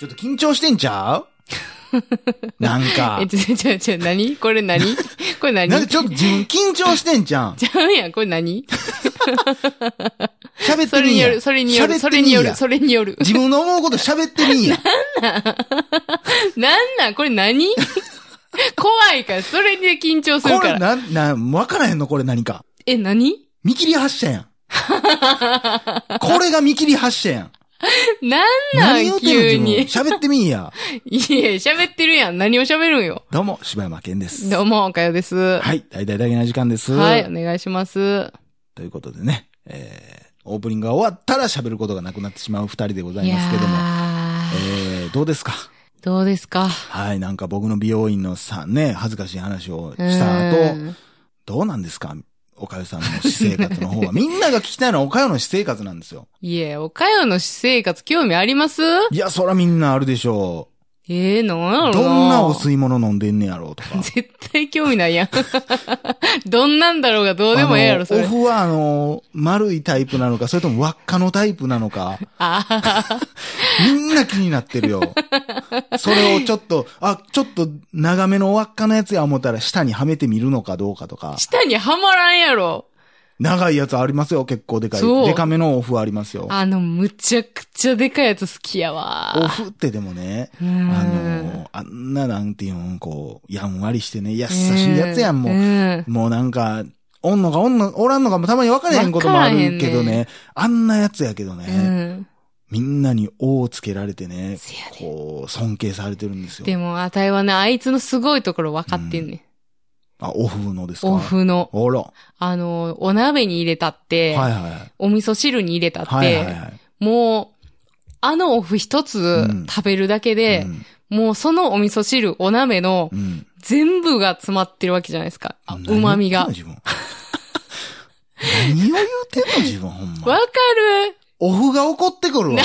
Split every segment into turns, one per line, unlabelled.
ちょっと緊張してんちゃ うなんか
え、。ちょ、ちょ、ちょ、何これ何これ何
なんかちょっと自分緊張してんじゃん。
ちゃうやん、これ何
喋っ
そ
てみ
れ
ん
によ
や。
る、それによる、
喋
そ
っ
れ
てみ
に
ん
よ
や
る、。それによる。
自分の思うこと喋ってみんや。
なんなんこれ何怖い から、それで緊張する
こ
か
れ
ら。
なん、なん、わからへんのこれ何か。
え、何
見切り発車や ん。これが見切り発車やん。
なんな
何言
ん
うて
急
んの
に。い
自分。喋ってみんや。
え、喋ってるやん。何を喋るんよ。
どうも、柴山健です。
どうも、おかよです。は
はい、大々だけな時間です。
い、お願いします。
ということでね、えー、オープニングが終わったら喋ることがなくなってしまう二人でございますけども。
ー
えー、どうですか
どうですか
はい、なんか僕の美容院のさ、ね、恥ずかしい話をした後
う、ん
どうなんですかおかよさんの私生活の方 は。みんなが聞きたいのはおかよの私生活なんですよ。
いえ、おかよの私生活興味あります
いや、そらみんなあるでしょ
ええー、なんやろ
う。
な
どんなお吸い物飲んでんねやろう とか。
絶対興味ないやん。 どんなんだろうがどうでもええや
あの
ろ、それ
オ。フはあの、丸いタイプなのか、それとも輪っかのタイプなのか、
ああ、
みんな気になってる よ。それをちょっと、あ、ちょっと長めの輪っかのやつや思ったら下にはめてみるのかどうかとか、
下にはまらんやろ。
長いやつありますよ、結構でかい。
そう
でかめのオフありますよ。
あの、むちゃくちゃでかいやつ好きや
オ
わ。
フってでもね、あ
あ
の、あんななんていうん、こう、やんわりしてね、優しいやつやん、もう。
う。
もうなんか、おんのかおんの、おらんのかもたまに分からへんこともあるけど
分からへん
ね。
ね
あんなやつやけどね、
うん。
みんなに王をつけられてね、
せやで
こう、尊敬されてるんですよ。
でも、あたいはね、あいつのすごいところ分かってんね。
あ、オフのですか
お風の。
あら。は
あの、お鍋に入れたっ
い
て、
はいはい。
お味噌汁に入れたって、
はいはいはい。
もう、あのお麩一つ
うん
食べるだけで、
うん
もうそのお味噌汁、お鍋の
うん。
全部が詰まってるわけじゃないですか。あ
何
旨味が。わ
言
か
ってんの 自分何を言うてんの自分ほんま。オフが怒ってくるわ。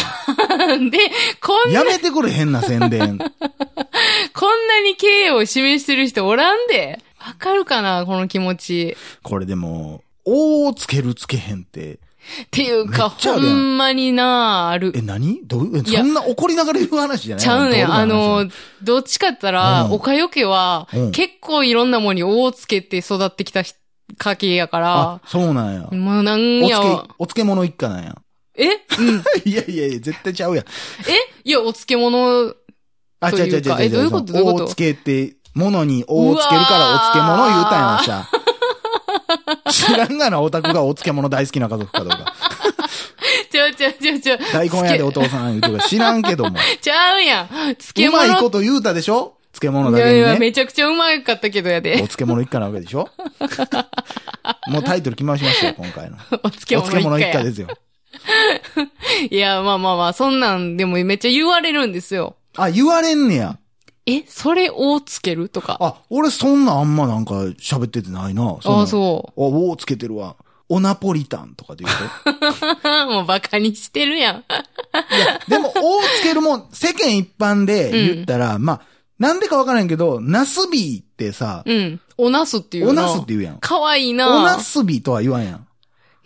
る なんで、こん、
やめてくれ変な宣伝。
こんなに敬意を示してる人おらんで。わかるかなこの気持ち。
これでも、王をつけるつけへんって。
っていう
め
か、
っちゃあ
ほ
るやん
んまになある
え、。何どういう、
いや
そんな怒りながら言う話じゃない
ちゃうねん。あ
どういう話
の、どっちかって言ったら
う、ん
おかよけは
うん、
結構いろんなものに大つけて育ってきた人家系やか
あ
ら、、
そうなんや。
もうなん
お
や。
漬け、お漬物一家なんや。
えうん。
いやいやいや、絶対ちゃうやん。
いや、お漬物、
あ、
と
ちゃうち
い
ゃう
う
ちゃ
か
う違う。
えどういうことどういうこと
お漬けって、物におをつけるからお漬物を言うたんやわしゃ。 知らんがな、オタクがお漬物大好きな家族かどう か。
ちゃうちゃうちゃうちゃう。
大根屋でお父さん言うとか知らんけ ども。
ちゃうやん。漬
うま
物
いこと言うたでしょ漬物だけ
いやい
に
や、
ね。
めちゃくちゃうまかったけどや
お
で。
漬物一家なわけでしょ もうタイトル決まりましたよ、今回の。
お
お
漬物
漬
一
物一
家
家
や
ですよ。
いや、まあまあまあ、そんなんでもめっちゃ言われるんですよ。
あ、言われんねや。
え、それをつけるとか。
あ、俺そんなあんまなんか喋っててないな。
ああ、
う。
そ
あ、おをつけてるわ。おナポリタンとかで言うと。
う。 もうバカにしてるやん。
いや、 でも、おをつけるもん、世間一般で言ったら、まあ、なんでかわからんけど、ナスビーってさ、
うん。おなすっていう
お
な。
ナスって言うやん。
かわいいな。
おナスビーとは言わんやん。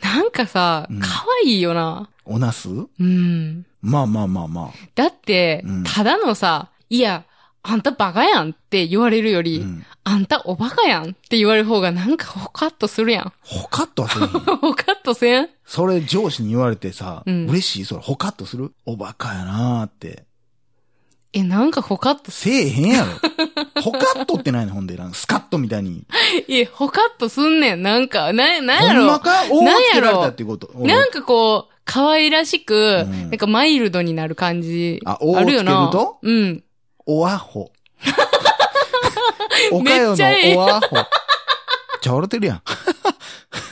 なんかさ、
うん
かわいいよな。
おナス
うん。
まあまあまあまあ。
だって、
うん
ただのさ、いや、あんたバカやんって言われるよ
う
り、
ん。
あんたおバカやんって言われる方がなんかほかっとするやん。
ほかっとはせんやん。
ほかっとせん
それ上司に言われてさ、
うん
嬉しいそれほかっとするおバカやなーって。
え、なんかほかっと
せえへんやろ。 ほかっとってないのほんで、なんかスカッとみたいに。
え、ほかっとすんねん。なんか、な、なんや
ほんま
ろ。
かおをつけられたっていうこと。
なんかこう、可愛らしく、
うん
なんかマイルドになる感じ。
あおを
あるよな。
つけると
うん。
おア ホ。おかよ
めっちゃ
の
ええ
おアホ。ちょろてるやん。
めっ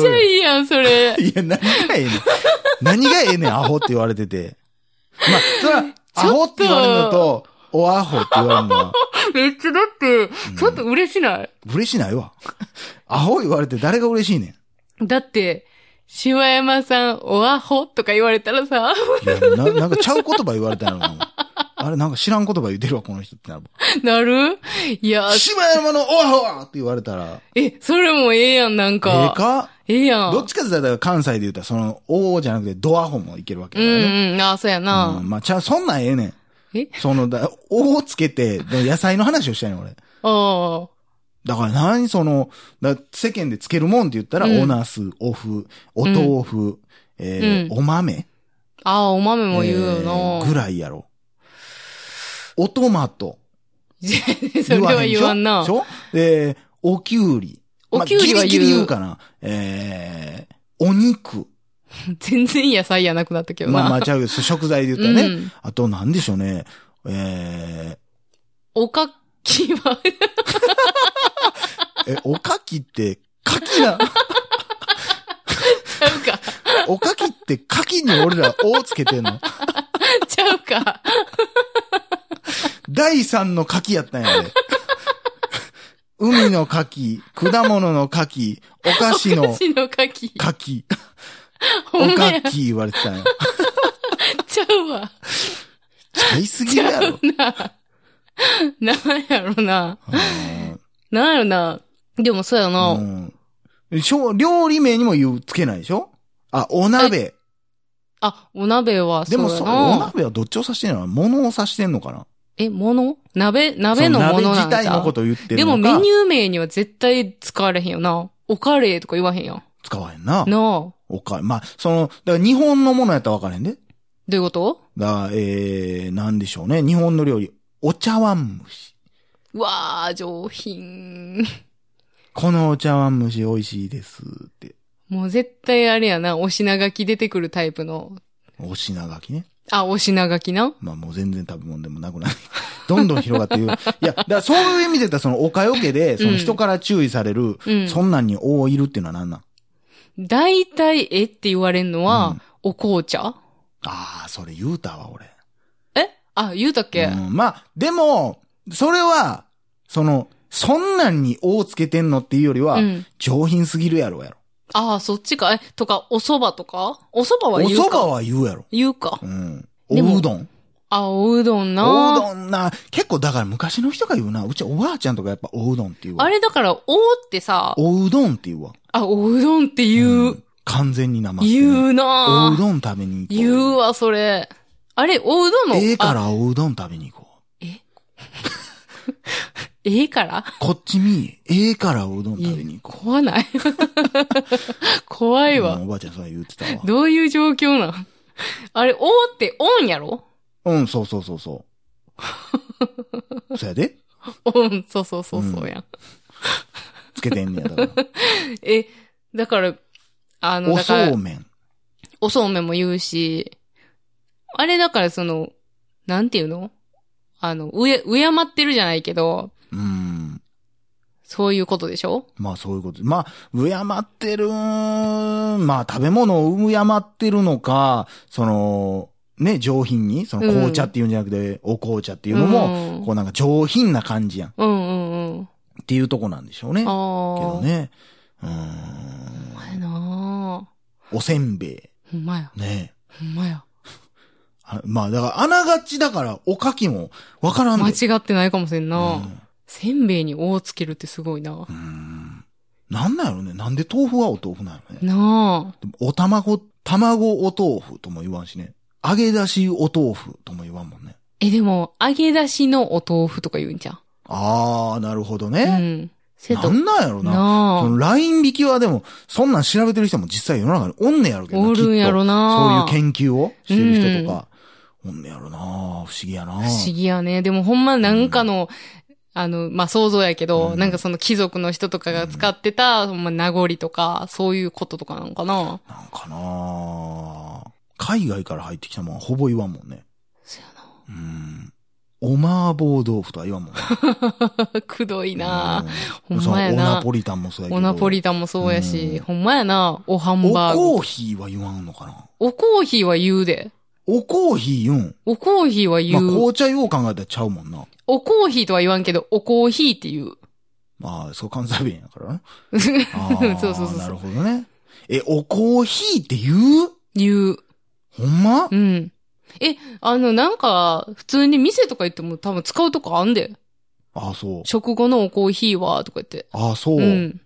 ちゃ
い
いいやん、それ。
いや、何がええねん。何がええねん、アホって言われてて。まあ、そら、アホって言われるのと、おアホって言われるのは、
めっちゃだって、ちょっと嬉しない、
嬉しないわ。アホ言われて誰が嬉しいねん。
だって、柴山さん、おアホとか言われたらさ、
いやななんかちゃう言葉言われたのかも。あれ、なんか知らん言葉言ってるわ、この人ってなる。
なるいや、
島山のおアホって言われたら、
え、それもええやん、なん
ええ
か。
か
ええやん。
どっちかって言ったら関西で言ったら、その、おーじゃなくてドアホもいけるわけ
う
だ
ん
からね。
うん。ああ、そうや
う
な。
んまあ、ちゃう、そんなんええねん。
え
その、だ、おをつけて、で野菜の話をしたいねん、俺。
あ
だから何その、だ世間でつけるもんって言ったら、
うん
おナス、おふ、お豆腐、えー
うん
お豆
あ。ああ、お豆も言うよな。
えーぐらいやろ。おトマト。
それは
へん
言わんな
でし。ょえーおきゅうり。
おきゅうりは
まあギ
言
リ
う
ギリ言うかな。えーお肉。
全然野菜やなくなったけどな。
まあまあ、ちゃうよ食材で言ったらね。
うん。
あと、なんでしょうね。え
おかきは、
ーえ、おかきって、かき な、
ちゃうか。
おかきって、かきに俺ら、おをつけてんの。
ちゃうか。
第三の柿やったんや、ね海の柿、果物の柿、お菓子
お
の
菓子のかき。
柿、お
ほんまや。
かき言われてたんや。
ちゃうわ。
ちゃいすぎるや ろ。
なんやろな。
うん
なんやろな。でもそうやな。
うんしょ料理名にも言うつけないでしょあ、お鍋。
あ、お鍋は
で
そう
も
や
そ、お
な。
鍋はどっちを指してんの物を指してんのかな
え、物鍋鍋の
そ
ものな
鍋自
ん
体
じ
の
ゃ
こ
う
とを言って
で
るの
も
か。
メニュー名には絶対使われへんよな。おカレーとか言わへんやん。
使わへんな。
なあ。ど
おかまあ、その、だから日本のものやったらわからへんで。
ういうこと
だからえー、なんでしょうね。日本の料理。お茶碗蒸し。
うわあ、上品。
このお茶碗蒸し美味しいですって。
もう絶対あれやな。お品書き出てくるタイプの。
お品書きね。
あ、お品書きな。
まあもう全然食べ物でもなくなる。 どんどん広がっていく。いや、だからそういう意味で言ったらそのおかよけで、その人から注意される、
うん。
そんなんに応いるっていうのは何なん
大体、えって言われるのは、
うん
お紅茶
ああ、それ言うたわ、俺。
えあ、言うたっけ、
うん、まあ、でも、それは、その、そんなんに「お」つけてんのっていうよりは、
うん
上品すぎるやろやろ。
ああ、そっちか。え、とか、お蕎麦とかお蕎麦は
お
言うか。
蕎麦は言うやろ。
言うか
う。ん。
でも
おうどん。
あ、おうどんな。
おうどんな、結構だから昔の人が言うな。うちおばあちゃんとかやっぱおうどんって言うわ。
あれだから、おうってさ、
おうどんって言うわ。
あ、おうどんって言う。
ん完全に生して
言
ね。お
う
う
なぁ。
どん食べに行こう。
言うわ、それ。あれ、おうどんの。
ええか
あ。
らおうどん食べに行こう。
ええから
こっち見え、ええからおうどん食べに行こ
怖ない。 怖
う。
い
うん
わ。
おばあちゃんそれ言ってたわ。
どういう状況なん あれ、おうって、おん やろ
うん、そうそうそう そう。そやで
おん、そうそうそうそうやん。
つけてんねや、だから。
え、だから、あの、
お
だから
そう、めん。
おそうめんも言うし、あれだからその、なんていうのあの、うや、敬ってるじゃないけど、
うん。
そういうことでしょ
まあそういうこと。まあ、敬ってるーんまあ食べ物を敬ってるのか、その、ね、上品に、その紅茶っていうんじゃなくて、お紅茶っていうのも、
も
こうなんか上品な感じやん。
うん、うんうんうん。
っていうとこなんでしょうね。け
あ
ど
あ。
ね。うー
ほん
ん。
まやな
おせんべい。
あほんまや。
ね
ほんまや。
あまあ、だから、あながちだから、おかきも、わからん
間
で。
違ってないかもしれんな、
うん
せんべいに「お」をつけるってすごいな
う。ーん。なんなんやろね。なんで豆腐はお豆腐なんやろね。
なあ。
でもお卵、卵お豆腐とも言わんしね。揚げ出しお豆腐とも言わんもんね。
え、でも、揚げ出しのお豆腐とか言うんじゃん。
あー、なるほど
う
ね。
ん。せや
な
と。
んなんやろな。
な
そ
あ
の。ライン引きはでも、そんなん調べてる人も実際世の中におんねやろけどな
おるんやろ
きっと
な
そういう研究をしてる人とか、おんねやろな不思議やな
不思議やね。でもほんまなんかの、あの、まあ、想像やけど、
うん
なんかその貴族の人とかが使ってた、ほんま名残とか、そういうこととかなんかな。
なんかな海外から入ってきたもんはほぼ言わんもんね。
そやな。
うん。お麻婆豆腐とは言わんもんね。
くどいな、
うん
ほんまやな
そのオナポリタンもそうやけど。
おナポリタンもそうやし、
うん
ほんまやな。おハン
お
バー
コ
グ。
ーヒーは言わんのかな
おコーヒーは言うで。
おコーヒー言うん。
おコーヒーは
ま
言
あ、
う。
紅茶よう考えたらちゃうもんな。
おコーヒーとは言わんけど、おコーヒーっていう。
まあ、そう関西弁やからな。あー
そうそうそう
な
そ
る
う。
ほどね。え、おコーヒーって言う
言う。
ほんま
うん。え、あの、なんか、普通に店とか行っても多分使うとこあんで。
ああ、そう。
食後のおコーヒーは、とか言って。
ああ、そう
う。ん。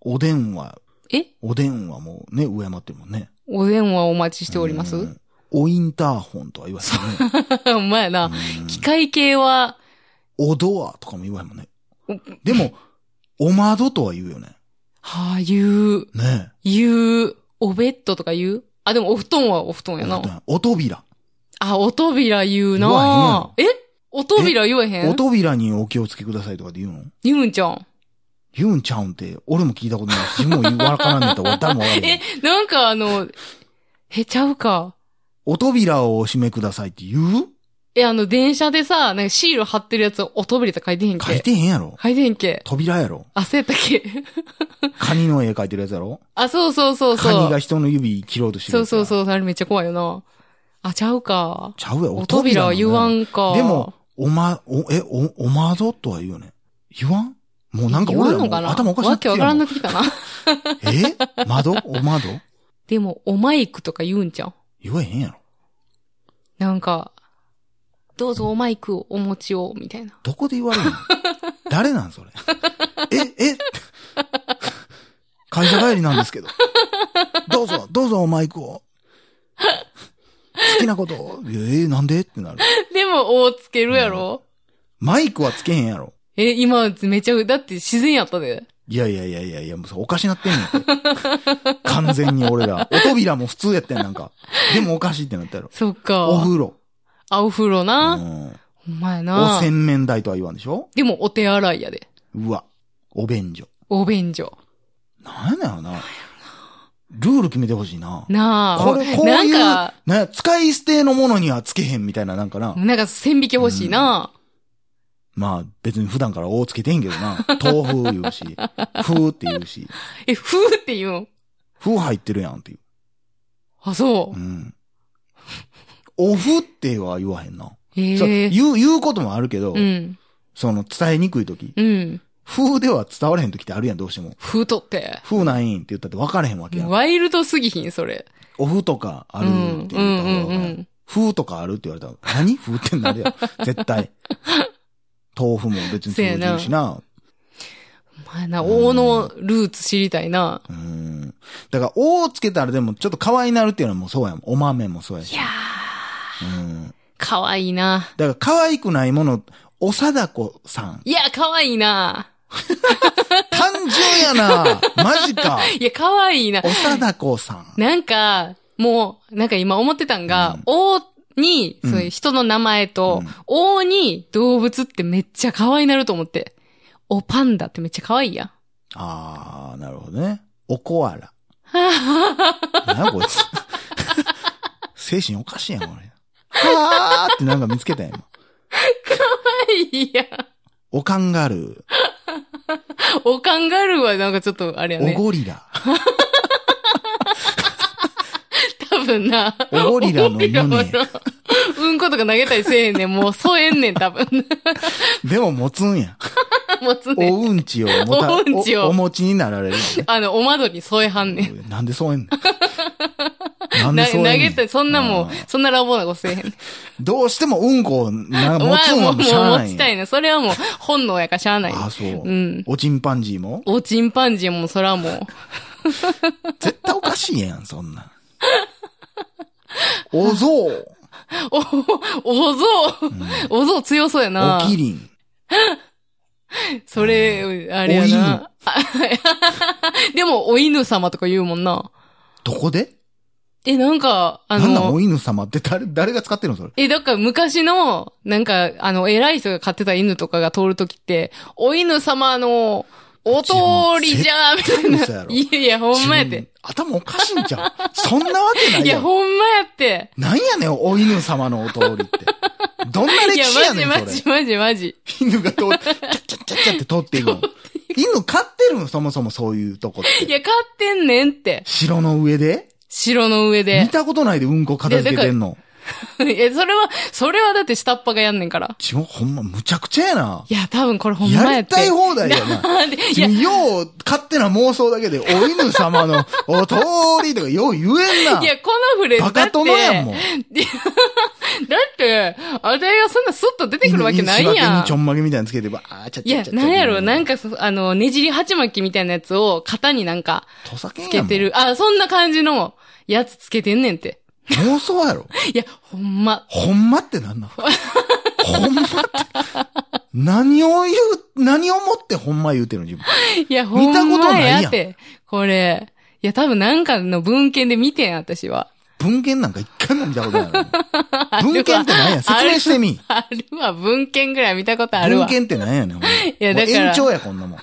おでんは、
え
おでんはもうね、上山ってるもんね。
お電話お待ちしております、
うんおインターホンとは言わへんね。
ほんまやな。
うん
機械系は、
おドアとかも言わへんもんね。でも、お窓とは言うよね。
はあ、言う、
ね
言う、おベッドとか言うあ、でもお布団はお布団
え。
や
お
な
布。団お扉。
あ、お扉言う
言
な
わ
えお扉言えへ
お
ん
扉にお気をつけくださいとかで言うの
言うんちゃん。
言うんちゃうんって、俺も聞いたことないし、自分も言わからんねえとわかんない
え、なんかあの、へちゃうか。
お扉をお閉めくださいって言う
え、あの、電車でさ、なんかシール貼ってるやつをお扉って書いてへんけ。
書いてへんやろ。
書いてへんけ。
扉やろ。
あ、そうやったっけ
カニの絵描いてるやつやろ。
あ、そうそうそうそう。
カニが人の指切ろうとしてる
そ
やつや
うそうそう、あれめっちゃ怖いよな。あ、ちゃうか。
ちゃうやろ。
お扉は言わ
ん。
んか。
でも、、おま、お、え、お、お窓とは言うよね。言わんもうなんか
言わ
俺ら
んの
も
かな
頭おかしな
わ
って
けわ
きて
か
るや
らん
ん
なってきたな。
え窓お窓
でも、おマイクとか言うんじゃん。
言わへんやろ。
なんか、どうぞおマイクをお持ちを、みたいな。
どこで言われるの誰なんそれ。 え、え会社帰りなんですけど。どうぞ、どうぞおマイクを。好きなことを。えー、なんでってなる。
でも、おつけるやろ、
マイクはつけへんやろ。
え、今、めちゃ、だって自然やったで。
いやいやいやいやいや、もうそれおかしなってんのって。完全に俺ら。お扉も普通やったやん、なんか。でもおかしいってなったやろ。
そっか。
お風呂。
あ、お風呂
う
な。
ん。
ほんまや
お
な。
洗面台とは言わんでしょ
でも、お手洗いやで。
うわ。お便所。
お便所。
なんやろな。ルール決めてほしいな。
なあ。
これ、こう
なん
いう、
か、
ね、使い捨てのものにはつけへんみたいな、なんかな。
なんか線引き欲しいな。
まあ、別に普段から大つけてへんけど な。豆腐言うし、風って言うし、
え、ふーって言うん。
風入ってるやんっていう。
あ、そうう。
ん。おふっては言わへんな。そう
ええ
言う、言うこともあるけど、
うん。
その伝えにくい時
うん。
風では伝われへん時ってあるやん、どうしても。
ふーとって。
風ないんって言ったって分かれへんわけやん。
ワイルドすぎひん、それ。
おふとかあるって
う
言っ
ん
た方
うんう
が
ん
い
うん
風とかあるって言われたら、何風ってなるやん。絶対。豆腐も別に通じるしな。
お前な、王のルーツ知りたいな。
うん。だから、おをつけたらでも、ちょっと可愛いなるっていうのもそうやもん。お豆もそうや
い
し
や。
うん。
ー、かわいいな。
だから、可愛くないもの、おさだこさん。
いや、かわいいな。
単純やなマジか
いや、かわいいな
お。さだこさん。
なんか、もう、なんか今思ってたんが、王に、そういう人の名前と、
うん
王に動物ってめっちゃ可愛いなると思って。おパンダってめっちゃ可愛いや ん。
あー、なるほどね。おこあら。なんやこいつ。精神おかしいやん、俺。はーってなんか見つけたやん、今。
いや、
おカンガル
おカンガルーはなんかちょっとあれや
ー、お
ね。
ゴリラ。
多分な。
おゴリラの
おゴリラはな
胸
うんことか投げたりせえへんねん。もう添えんねん、多分。
でも持つんや。
持つねん。
おうんちを持た、
おうんちを
おお持ちになられるやんね。
あの、お窓に添えはんねん。
なんでそうやんねん。なんで
な
そ
投
うやんね
げ
ん
て、そんなも
うん
う、そんなラボなことせえへん。
どうしてもうんこをな
お
持つ
前
ん
も
は
う、も
もうしゃあ
う
な
持
いんや
ちた。いな。それはもう、本能やからしゃあない。
あ、そう。
うん
おチンパンジーも
おチンパンジーもそらもう、
絶対おかしいやん、そんなん。おぞう。
お、おぞう、おぞう強そうやな
お。きりん。
それ、あれやな。あ でも、お犬様とか言うもんな。
どこで
え、なんか、あ
なんなん
の
お、犬様って誰、誰が使ってるのそれ。
え、だから昔の、なんか、あの、偉い人が飼ってた犬とかが通るときって、お犬様の、お通りじゃー、みた
絶対嘘
い
や
な。
ろ
いやいや、ほんまやっ
自
て
分。。頭おかしいんじゃん。そんなわけないいや
や、
ん。
ほんまやって。
なんやねん、お犬様のお通りって。どんない歴
や、
史やねん、
マ
そ
ジ
れ。
マジマジマジ。
犬が通って、ちゃっちゃっちゃっちゃって通っていく の。犬飼ってるのそもそもそういうとこっ
い
て。
や、飼ってんねんって。
城の上で
城の上
見
で。
たことないでうんこ片付けてんの。
いや、それは、それはだって下っ端がやんねんから。
ちも、ほんま、むちゃくちゃやな。
いや、多分これほんま
や
やっ
り
て。
たい放題やな。
なんでいや、
君、よう、勝手な妄想だけで、お犬様のお通りとか、よう言えんな。
いや、このフレー
バ
ズだっ
カ
て。
殿やんもん。
だって、あれがそんなスッと出てくるわけない
犬柴犬
や
に
ん
ちょ。んまげみたいなのつけて、ばあちゃっ
い
ちゃ
や
っちゃっ、ちゃ。
なんやろ、なん
か、
かそ、あの、ねじり鉢巻きみたいなやつを型になんか
土佐
つ
犬
け
やもん
てる。あ、そんな感じのやつつけてんねんって。
妄想やろ。
いや、ほんま。
ほんまってなんなのほんまって。何を言う、何をもってほんま言うてるの自分。
いや、ほん
見たこと
ま
ないやん
やって。これ。いや、多分なんかの文献で見てん、私は。
文献なんか一回も見たことないの。文献って何や説明してみ。
あるわ、文献ぐらい見たことあるわ
文。献って何やねん。い
やだから
延長や、こんなもん。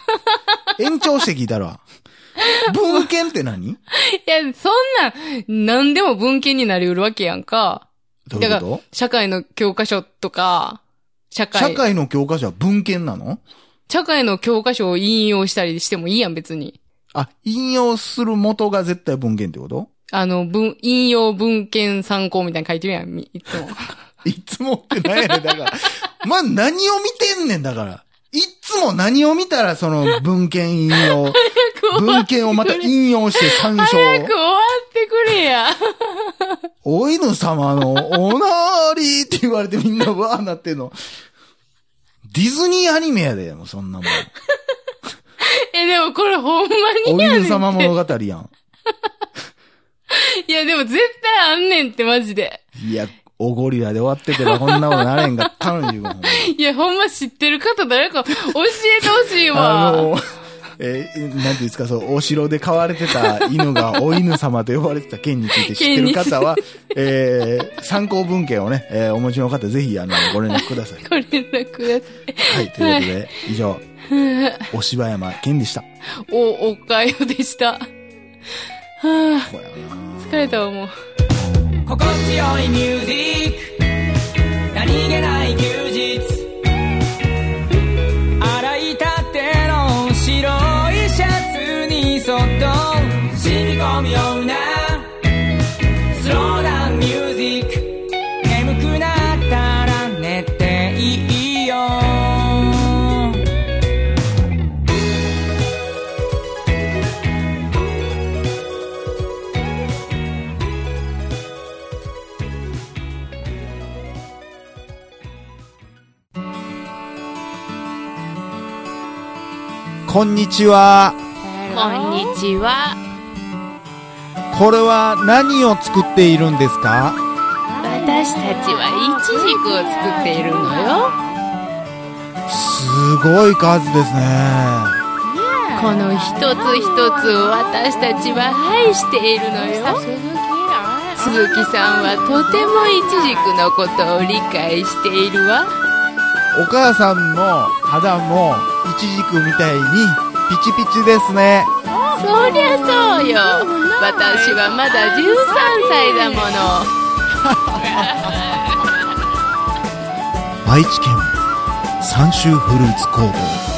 延長して聞いたら。文献って何
いや、そんなん、なんでも文献になりうるわけやんか。
どういう
だ
こ
社会の教科書とか、社
と
会、
社
社会
会の教科書は文献なの
の教科書を引用したりしてもいいやん、別に。
あ、引用する元が絶対文献って こと
あの、文、引用文献参考みたいに書いてるやん、み いつも。
いつもって何やねん、だから。まあ、何を見てんねん、だから。いつも何を見たら、その、文献引 用。文献をまた引用して参照。
早く終わってくれや。
お犬様のおなーりって言われてみんなわーなってんの。ディズニーアニメやで、もうそんなもん。
え、でもこれほんまに
お
やねん
犬
って。
様物語やん。
いや、でも絶対あんねんって、マジで。
いや、おゴリラで終わっててらこんなことなれんかったのに、もう
いや、ほんま知ってる方誰か教えてほし い
あ
わ。
の、えー、なんていうんですか、そう、お城で飼われてた犬がお犬様と呼ばれてた件について知ってる方は、えー、参考文献をね、えーお持ちの方、ぜひ、あの、ご連絡ください。
ご連絡ください。
はい、ということで、以上、お柴山健でした。
お、おかよでした。はぁ、
こうやな
疲れたわ、もう。
心地よいミュージック何気ない休日洗いたての白いシャツにそっと染み込むようなスローダウンミュージック眠くなったら寝ていいよ
こんにちは。
こんにちは。
これは何を作っているんですか
私たちはイチジクを作っているのよ。
すごい数ですね。
この一つ一つを私たちは愛しているのよ。鈴木さんはとてもイチジクのことを理解しているわ。
お母さんの肌もイチジクみたいにピチピチですね。
そりゃそうよ。私はまだ13歳だもの。
愛知県三州フルーツ工房